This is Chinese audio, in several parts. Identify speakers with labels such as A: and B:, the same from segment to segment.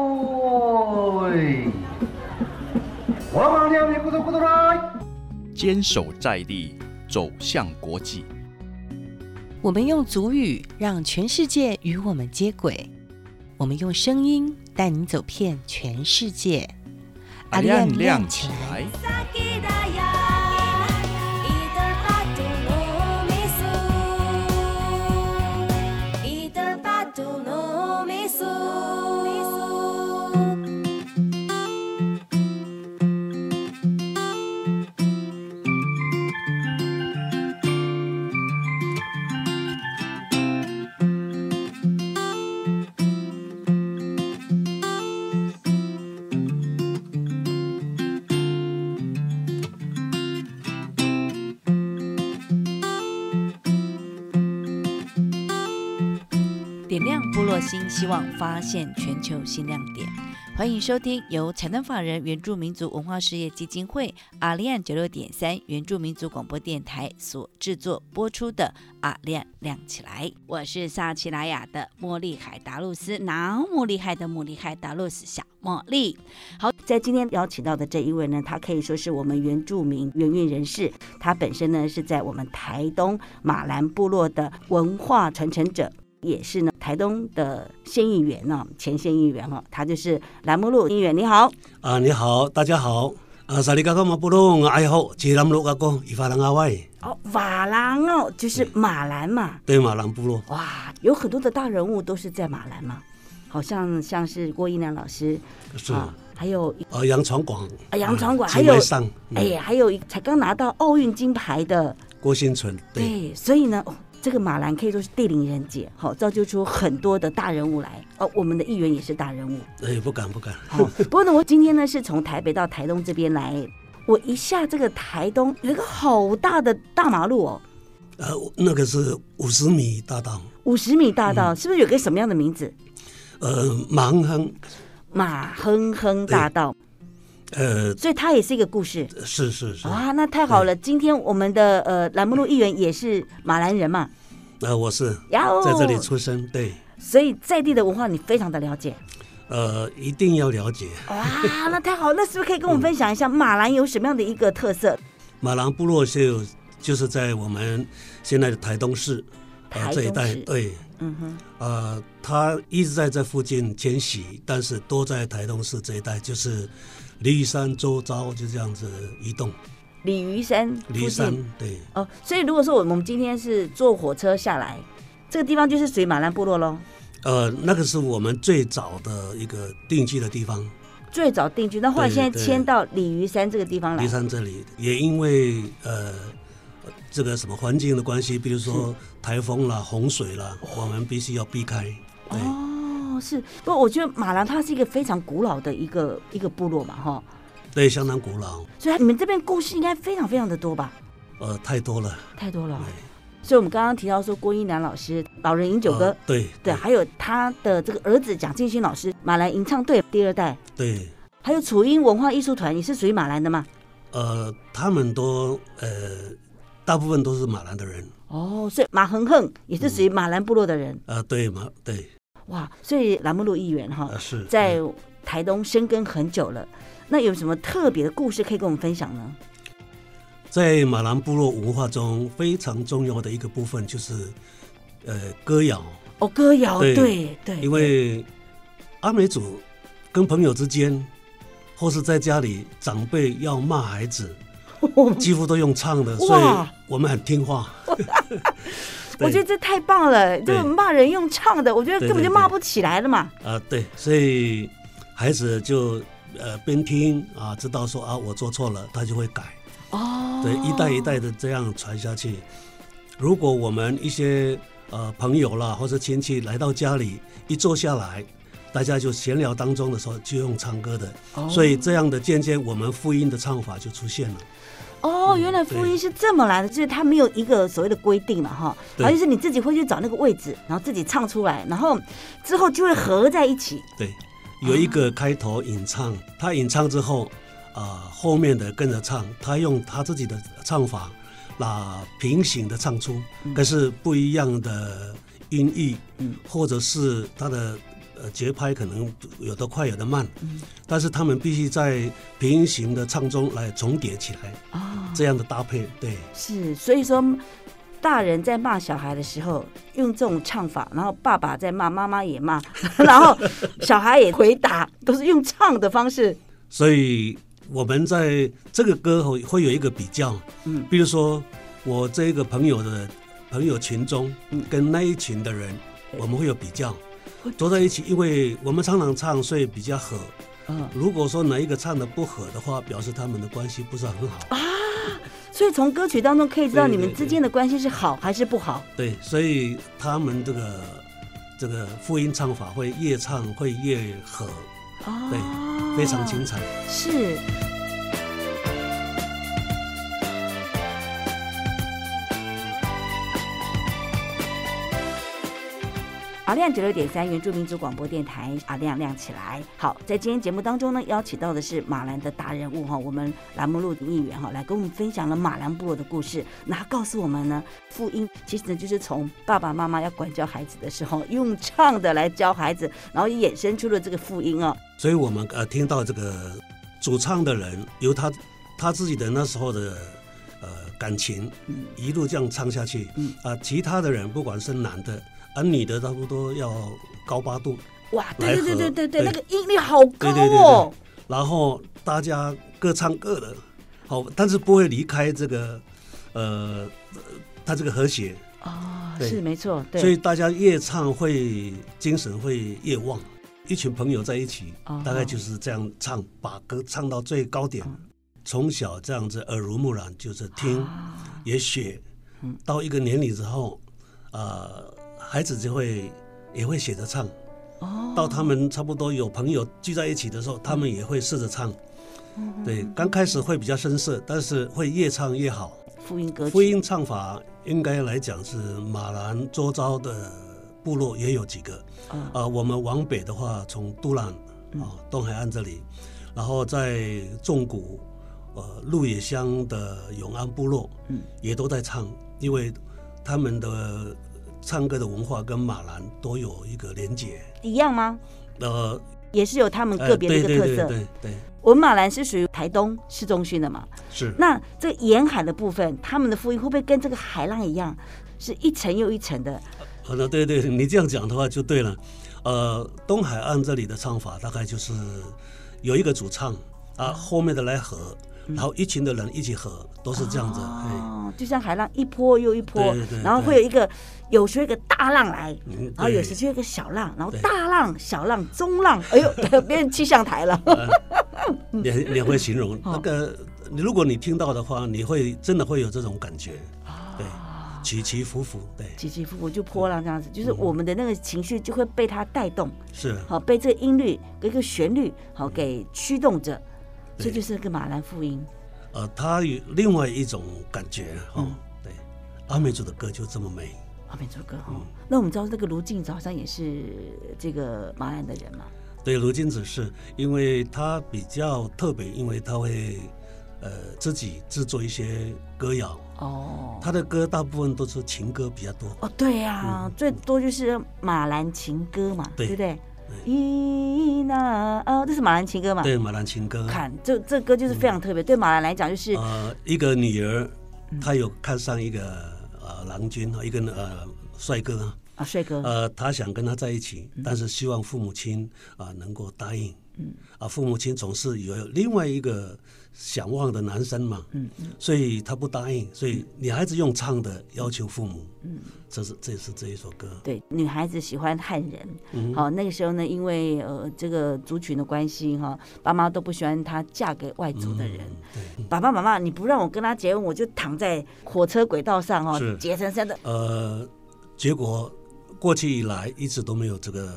A: おーい我马娘你咕嘟咕嘟来。
B: 坚守在地，走向国际。
C: 我们用足语让全世界与我们接轨，我们用声音带你走遍全世界。
B: 阿
C: 亮
B: 亮亮
C: 亮
B: 起
C: 起
B: 来！
D: Sakidaya, either batu no misu, either batu no misu, misu.
E: 点亮部落心，希望发现全球新亮点。欢迎收听由财团法人原住民族文化事业基金会阿利安九六点三原住民族广播电台所制作播出的《阿利安亮起来》，我是萨奇莱雅的茉莉海达露斯，那么厉害的茉莉海达露斯小茉莉。
F: 在今天邀请到的这一位呢，他可以说是我们原住民原运人士，他本身呢是在我们台东马兰部落的文化传承者，也是呢台东的县议员呢、前县议员哈、哦他就是兰木路议员，你好。
G: 啊，你好，大家好。啊，萨利嘎嘎马布隆，哎好，吉兰鲁嘎贡，伊法兰阿外，
F: 哦，瓦兰哦，就是马兰嘛，
G: 对马兰部落。
F: 哇，有很多的大人物都是在马兰嘛，好像像是郭一南老师
G: 是
F: 啊
G: 啊，，
F: 还有
G: 杨传广，
F: 啊杨传广
G: 嗯
F: 还有
G: 秦淮上，嗯
F: 哎，还有一才刚拿到奥运金牌的
G: 郭新存，对，
F: 对，所以呢，哦、这个马兰可以说是地灵人杰，好、造就出很多的大人物来。哦，我们的议员也是大人物。
G: 哎，不敢不敢，
F: 好、不过呢，我今天呢是从台北到台东这边来，我一下这个台东有一个好大的大马路哦，
G: 呃，那个是五十米大道，
F: 五十米大
G: 嗯
F: 道，是不是有个什么样的名字？
G: 呃，盲亨，
F: 马哼哼大道，
G: 呃，
F: 所以它也是一个故事。
G: 是是是，
F: 哇，那太好了！今天我们的呃栏目路议员也是马兰人嘛，
G: 呃，我是
F: 呀哦
G: 在这里出生，对，
F: 所以在地的文化你非常的了解。
G: 呃，一定要了解
F: 哇，那太好了，那是不是可以
G: 嗯
F: 跟我们分享一下马兰有什么样的一个特色？
G: 马兰部落是有，就是在我们现在的台东市，
F: 台
G: 呃这一
F: 东
G: 带，
F: 市
G: 对，
F: 嗯哼，
G: 呃，他一直在这附近迁徙，但是都在台东市这一带，就是鲤鱼山周遭就这样子移动。
F: 鲤鱼山
G: 鲤
F: 附
G: 鱼山
F: 近
G: 对，
F: 哦，所以如果说我们我们今天是坐火车下来，这个地方就是属于马兰部落喽，
G: 呃，那个是我们最早的一个定居的地方，
F: 最早定居。那后来
G: 对
F: 现在
G: 对
F: 迁到鲤鱼山这个地方
G: 鲤
F: 来
G: 鱼，山这里也因为呃这个什么环境的关系，比如说台风啦、洪水啦，我们必须要避开。对，
F: 哦，是。不过我觉得马兰它是一个非常古老的一个一个部落嘛，哈，
G: 对，相当古老，
F: 所以你们这边故事应该非常非常的多吧？
G: 呃，太多了。
F: 太多了
G: 对。
F: 所以我们刚刚提到说郭一南老师《老人饮酒歌》
G: 呃对
F: 对，啊还有他的这个儿子蒋劲勋老师，马兰吟唱队第二代，
G: 对，
F: 还有楚英文化艺术团，也是属于马兰的嘛？
G: 呃，他们都呃，大部分都是马兰的人。
F: 哦，所以马恒恒也是属于马兰部落的人，
G: 啊，对嘛，对，
F: 哇！所以兰木路议员哈，
G: 啊是
F: 在
G: 嗯
F: 台东深耕很久了，那有什么特别的故事可以跟我们分享呢？
G: 在马兰部落文化中非常重要的一个部分就是，呃，歌谣，
F: 哦，歌谣，
G: 对
F: 对对，
G: 因为阿美族跟朋友之间，或是在家里长辈要骂孩 子，几乎都用唱的，所以
F: 哇
G: 我们很听话。
F: 我觉得这太棒了，这个骂人用唱的，我觉得
G: 对
F: 根本就
G: 对
F: 骂
G: 对
F: 不起来了嘛。
G: 啊、对，所以孩子就呃边听啊，知道说啊我做错了，他就会改。
F: 哦，
G: 对，一代一代的这样传下去。如果我们一些呃朋友啦或者亲戚来到家里，一坐下来，大家就闲聊当中的时候就用唱歌的，所以这样的渐渐我们复音的唱法就出现了。
F: 哦，原来
G: 嗯
F: 复
G: 对
F: 音是这么来的，就是它没有一个所谓的规定嘛，哈，
G: 对
F: 然后就是你自己会去找那个位置，然后自己唱出来，然后之后就会合在一起。
G: 对，有一个开头引唱，他引唱之后，啊、后面的跟着唱，他用他自己的唱法，那、平行的唱出，可是不一样的音域，或者是他的呃节拍可能有的快有的慢，但是他们必须在平行的唱中来重叠起来，
F: 哦，
G: 这样的搭配，对，
F: 是，所以说大人在骂小孩的时候用这种唱法，然后爸爸在骂，妈妈也骂， 然后小孩也回答，都是用唱的方式。
G: 所以我们在这个歌后会有一个比较，
F: 嗯
G: 比如说我这个朋友的朋友群中
F: 嗯，
G: 跟那一群的人，
F: 对
G: 我们会有比较，坐在一起，因为我们常常唱，所以比较合。
F: 嗯，
G: 如果说哪一个唱的不合的话，表示他们的关系不是很好。
F: 啊所以从歌曲当中可以知道
G: 对
F: 你
G: 对
F: 们之间的关系是好还是不好。
G: 对，所以他们这个这个复音唱法会越唱会越合，
F: 哦
G: 对非常精彩。
F: 是。阿亮九六点三原住民族广播电台，阿亮亮起来。好，在今天节目当中呢，邀请到的是马兰的大人物哈，我们栏目录的议员哈，来跟我们分享了马兰部落的故事。那他告诉我们呢，复音其实呢就是从爸爸妈妈要管教孩子的时候，用唱的来教孩子，然后也衍生出了这个复音哦。
G: 所以我们呃听到这个主唱的人由他他自己的那时候的呃感情
F: 嗯
G: 一路这样唱下去，
F: 嗯
G: 啊、其他的人不管是男的，而、女的差不多要高八度，
F: 哇，对
G: 来
F: 对对
G: 合
F: 对对对，
G: 对
F: 那个音力好高
G: 对对对对
F: 哦，
G: 然后大家各唱各的，好，但是不会离开这个呃他这个和谐，
F: 哦，
G: 对
F: 是没错，对，
G: 所以大家越唱会精神会越旺。一群朋友在一起，
F: 哦嗯
G: 大概就是这样唱，把歌唱到最高点。从小这样子耳濡目染，就是听，
F: 啊
G: 也学
F: 嗯。
G: 到一个年龄之后，呃，孩子就会也会写着唱。
F: 哦，
G: 到他们差不多有朋友聚在一起的时候，他们也会试着
F: 嗯
G: 唱。对，刚开始会比较生涩，但是会越唱越好。
F: 复音歌曲，
G: 复音唱法应该来讲是马兰周遭的部落也有几个，
F: 啊嗯
G: 啊，我们往北的话，从都兰啊东海岸这里，然后在纵谷，呃鹿野乡的永安部落，
F: 嗯
G: 也都在唱，因为他们的唱歌的文化跟马兰都有一个连结，
F: 一样吗？
G: 呃，
F: 也是有他们
G: 呃
F: 个别的一个
G: 对
F: 特
G: 对对
F: 色。
G: 对对，
F: 我们马兰是属于台东市中心的嘛，
G: 是。
F: 那这个沿海的部分，他们的复音会不会跟这个海浪一样，是一层又一层的？
G: 好的，对对，你这样讲的话就对了。呃，东海岸这里的唱法大概就是有一个主唱
F: 嗯
G: 啊，后面的来合，然后一群的人一起合，都是这样子。哎，
F: 哦，就像海浪一波又一波
G: 对对，对
F: 然后会有一个，有时候一个大浪来，
G: 嗯
F: 然后啊有
G: 对
F: 时就有一个小浪，然后
G: 对
F: 大浪、小浪、中浪，哎呦， 变气象台了。
G: 你你会形容
F: 哦
G: 那个，你如果你听到的话，你会真的会有这种感觉，对，起起伏伏，对，
F: 啊起起伏伏就波浪这样子，就是
G: 嗯
F: 我们的那个情绪就会被它带动，
G: 是
F: 好、被这个音律跟一个旋律好、给驱动着，
G: 对
F: 这就是个马兰复音。
G: 呃，它有另外一种感觉哦
F: 嗯，
G: 对，阿美族的歌就这么美。
F: 后面这首歌哈、哦，那我们知道那个卢靖子好像也是这个马兰的人嘛，
G: 对，卢金子是因为他比较特别，因为他会呃自己制作一些歌谣，
F: 哦，
G: 他的歌大部分都是情歌比较多。
F: 哦对呀、最多就是马兰情歌嘛，
G: 嗯对
F: 对不对？咦那哦，这是马兰情歌嘛？
G: 对，嗯马兰情歌，
F: 看这这歌就是非常特别，对马兰来讲就是、
G: 呃，一个女儿，她有看上一个呃郎君一个呃帅哥啊，
F: 啊帅哥，
G: 呃，她想跟他在一起，但是希望父母亲啊、能够答应。嗯，啊，父母亲总是有另外一个想望的男生嘛，嗯，所以他不答应，所以女孩子用唱的要求父母，嗯，这是这是这一首歌，
F: 对，女孩子喜欢汉人。好、
G: 嗯
F: 那个时候呢，因为呃这个族群的关系哈、爸妈都不喜欢她嫁给外族的人。
G: 嗯对，
F: 爸爸妈妈，你不让我跟她结婚，我就躺在火车轨道上哈、
G: 是
F: 结成三的。
G: 呃，结果过去以来一直都没有这个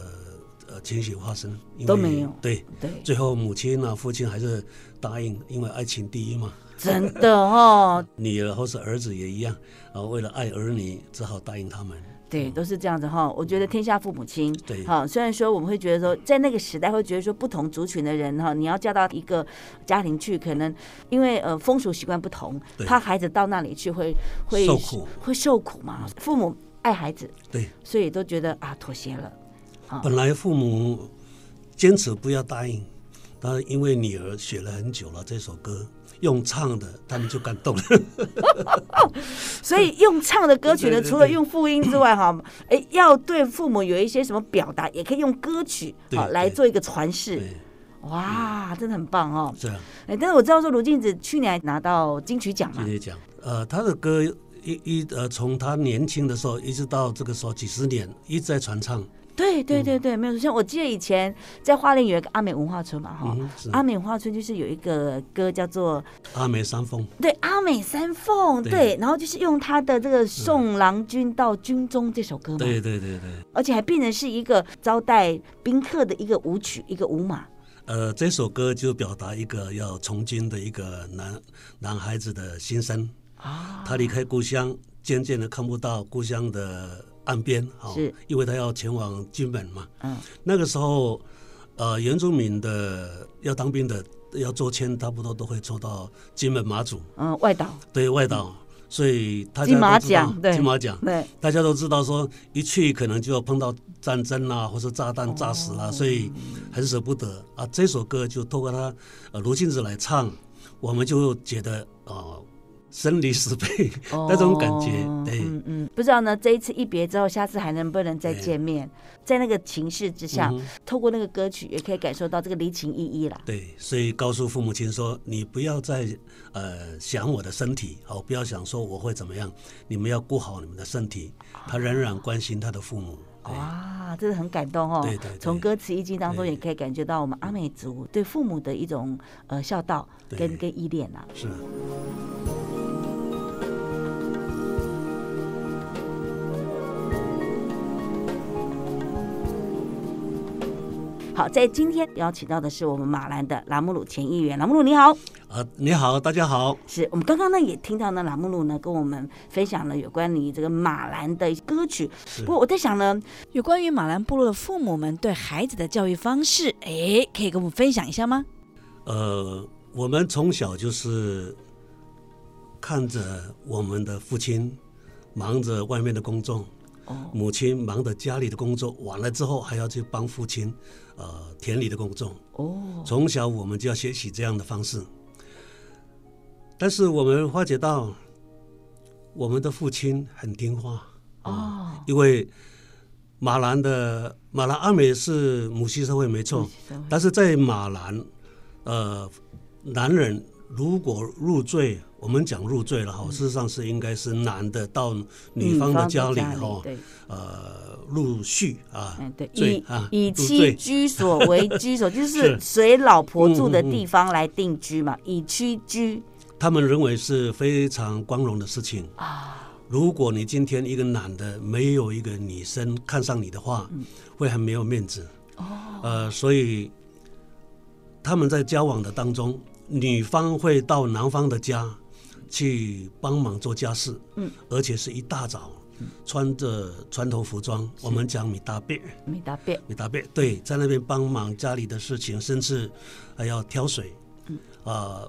G: 呃情形发生，因为
F: 都没有
G: 对，
F: 对，
G: 最后母亲啊、父亲还是答应，因为爱情第一嘛，
F: 真的哦，
G: 女儿或是儿子也一样，啊，为了爱儿女，只好答应他们。
F: 对，都是这样子哈、我觉得天下父母亲，
G: 嗯对
F: 好、虽然说我们会觉得说，在那个时代会觉得说，不同族群的人哈、你要嫁到一个家庭去，可能因为呃风俗习惯不同，
G: 对
F: 怕孩子到那里去会会
G: 受苦嗯
F: 会受苦嘛。父母爱孩子，
G: 对，
F: 所以都觉得啊妥协了。哈。
G: 本来父母坚持不要答应，但是因为女儿学了很久了这首歌，用唱的，他们就感动了。
F: 所以用唱的歌曲呢，
G: 对对对嗯
F: 除了用复音之外，哈，哎，要对父母有一些什么表达，也可以用歌曲
G: 对
F: 好
G: 对
F: 来做一个传世。
G: 对，嗯啊
F: 哇，真的很棒哦！
G: 这样
F: 哎，但是我知道说卢静子去年还拿到金曲奖嘛
G: 谢，谢讲。呃，他的歌一一呃，从他年轻的时候一直到这个时候几十年，一直在传唱。
F: 对
G: 嗯
F: 对对对，没有错。像我记得以前在花莲有一个阿美文化村嘛，哈、
G: 嗯，是
F: 阿美文化村就是有一个歌叫做
G: 阿梅山峰，
F: 对阿美三凤，
G: 对嗯
F: 对，然后就是用他的这个《送郎君到军中》这首歌嘛，
G: 对对对对。
F: 而且还变成是一个招待宾客的一个舞曲，一个舞马。
G: 呃，这首歌就表达一个要从军的一个男男孩子的心声啊，他离开故乡，渐渐的看不到故乡的岸边，哦
F: 是，
G: 因为他要前往金门嘛。
F: 嗯，
G: 那个时候，呃，原住民的要当兵的要做签，差不多都会抽到金门马祖，
F: 嗯，外岛
G: 对外岛，所以大家
F: 嗯金马
G: 都知道
F: 奖对
G: 金马奖，
F: 对，
G: 大家都知道说一去可能就要碰到战争啦、或是炸弹炸死
F: 哦
G: 啦、所以很舍不得啊。这首歌就透过他呃卢静子来唱，我们就觉得啊、呃生离死别、 那种感觉
F: 哦，
G: 对。
F: 嗯嗯，不知道呢，这一次一别之后，下次还能不能再
G: 对
F: 见面？在那个情势之下，
G: 嗯哼
F: 透过那个歌曲，也可以感受到这个离情依依啦。
G: 对，所以告诉父母亲说，你不要再呃想我的身体，哦，不要想说我会怎么样，你们要顾好你们的身体。他仍然关心他的父母，对
F: 哇，真的很感动哦！
G: 对对对
F: 从歌词意境当中
G: 对
F: 也可以感觉到我们阿美族对父母的一种呃孝道跟
G: 对
F: 跟依恋啊。
G: 是啊。
F: 好，在今天邀请到的是我们马兰的拉姆鲁前议员，拉姆鲁你好。
G: 啊，你好，大家好。
F: 是我们刚刚呢也听到呢，拉木鲁呢跟我们分享了有关于这个马兰的歌曲。不过我在想呢，
E: 有关于马兰部落的父母们对孩子的教育方式，哎，可以跟我们分享一下吗？
G: 呃，我们从小就是看着我们的父亲忙着外面的工作，母亲忙着家里的工作，完了之后还要去帮父亲呃田里的工作。
F: 哦，
G: 从小我们就要学习这样的方式。但是我们发觉到，我们的父亲很听话啊、因为马兰的马兰阿美是母系社会没错，但是在马兰，呃，男人如果入赘，我们讲入赘了哈，
F: 嗯
G: 事实上是应该是男的到女方的家里哈，
F: 对，
G: 呃，入序啊
F: 嗯，对，
G: 赘
F: 以
G: 啊，
F: 以
G: 入
F: 妻
G: 赘
F: 居所为居 所，就是
G: 是嗯
F: 随老婆住的
G: 嗯嗯嗯
F: 地方来定居嘛，以区居
G: 他们认为是非常光荣的事情啊。如果你今天一个男的没有一个女生看上你的话，会很没有面子。嗯哦，呃，所以他们在交往的当中，女方会到男方的家去帮忙做家事，嗯，而且是一大早。穿着传统服装，我们讲米大贝，
F: 没答辩。
G: 米大贝对，在那边帮忙家里的事情，甚至还要挑水，啊、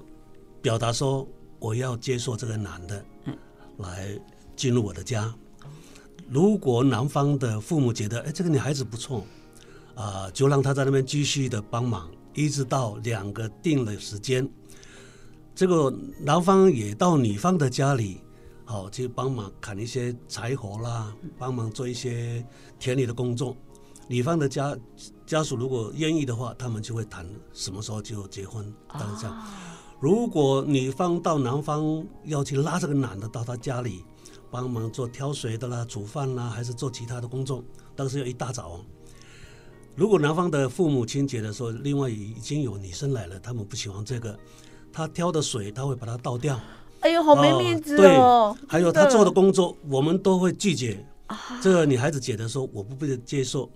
G: 表达说我要接受这个男的，来进入我的家。如果男方的父母觉得，哎，这个女孩子不错，啊、就让她在那边继续的帮忙，一直到两个定了时间，这个男方也到女方的家里，好、去帮忙砍一些柴火啦，帮忙做一些田里的工作。女方的家家属如果愿意的话，他们就会谈什么时候就结婚，当然这样。如果女方到男方要去拉这个男的到他家里帮忙做挑水的啦、煮饭啦，还是做其他的工作，但是要一大早哦。如果男方的父母亲觉得说，另外已经有女生来了，他们不喜欢这个，他挑的水他会把它倒掉，
F: 哎呦，好没面子哦！
G: 啊
F: 啊
G: 还有
F: 真
G: 他做的工作，我们都会拒绝。这个女孩子觉得说我不被接受，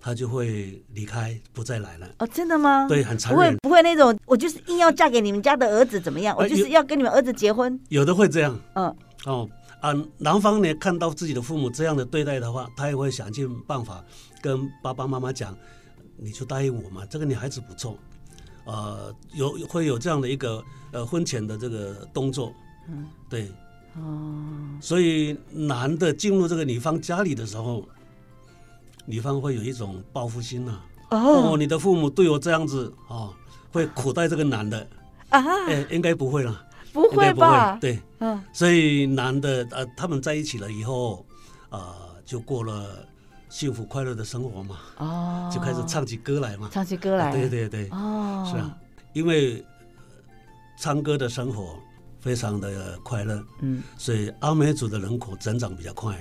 G: 她就会离开，不再来了。
F: 哦，真的吗？
G: 对，很残
F: 不会
G: 忍。
F: 不会那种，我就是硬要嫁给你们家的儿子怎么样？我
G: 哎
F: 就是
G: 有
F: 要跟你们儿子结婚。
G: 有的会这样
F: 嗯，
G: 哦啊，男方呢看到自己的父母这样的对待的话，他也会想尽办法跟爸爸妈妈讲，你就答应我嘛，这个女孩子不错，呃，有会有这样的一个呃婚前的这个动作，嗯，对，哦，所以男的进入这个女方家里的时候，女方会有一种报复心呐、哦，
F: 哦
G: 你的父母对我这样子哦，会苦待这个男的，
F: 啊，
G: 哎、应该不会啦，
F: 不
G: 应该
F: 会
G: 不会
F: 吧，？
G: 对，
F: 嗯，
G: 所以男的呃，他们在一起了以后，呃，就过了幸福快乐的生活嘛，
F: 哦，
G: 就开始唱起歌来嘛，啊
F: 唱起歌来，
G: 对，对对，
F: 哦，
G: 是啊，，因为呃唱歌的生活非常的快乐，
F: 嗯，
G: 所以阿美族的人口增长比较快，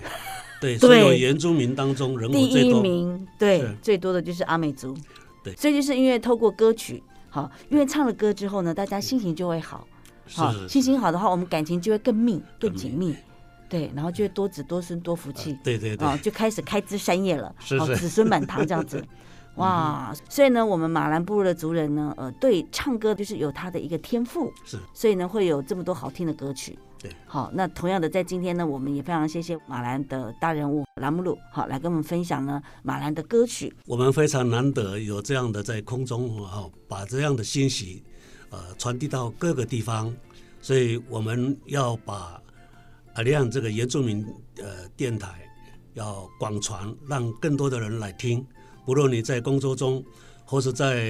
G: 对，
F: 对
G: 所有原住民当中人
F: 第
G: 口最
F: 一
G: 多，
F: 名，对
G: 是，
F: 最多的就是阿美族，
G: 对
F: 所以就是因为透过歌曲，好，因为唱了歌之后呢，大家心情就会好，好，
G: 是
F: 心
G: 是，
F: 情好的话，我们感情就会更密、更
G: 更
F: 紧
G: 密
F: 密，对，然后就会多子多孙多福气，
G: 对对对
F: 啊，，就开始开枝散叶了，
G: 是
F: 哦
G: 是
F: 子孙满堂这样 子。哇，所以呢，我们马兰部落的族人呢，呃，对唱歌就是有他的一个天赋，
G: 是，
F: 所以呢，会有这么多好听的歌曲。
G: 对，
F: 好，那同样的，在今天呢，我们也非常谢谢马兰的大人物兰姆鲁，好来跟我们分享呢马兰的歌曲。
G: 我们非常难得有这样的在空中哈、哦，把这样的信息，呃，传递到各个地方，所以我们要把阿亮这个原住民呃电台要广传，让更多的人来听。不论你在工作中，或是在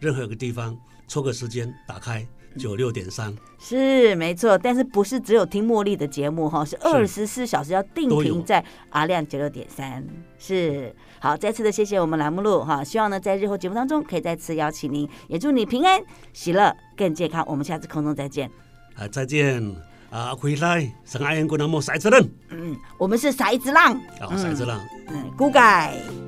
G: 任何一个地方，抽个时间打开九呃六点三，
F: 是没错，但是不是只有听茉莉的节目哈？是二十四小时要定
G: 都有
F: 频在阿亮九六点三。是好，再次的谢谢我们栏目录哈，希望呢在日后节目当中可以再次邀请您，也祝你平安、喜乐、更健康。我们下次空中再见。
G: 啊，再见啊，回来，上阿燕姑那莫塞子人，
F: 嗯，我们是骰子浪，
G: 啊，塞子人。
F: 嗯，Google。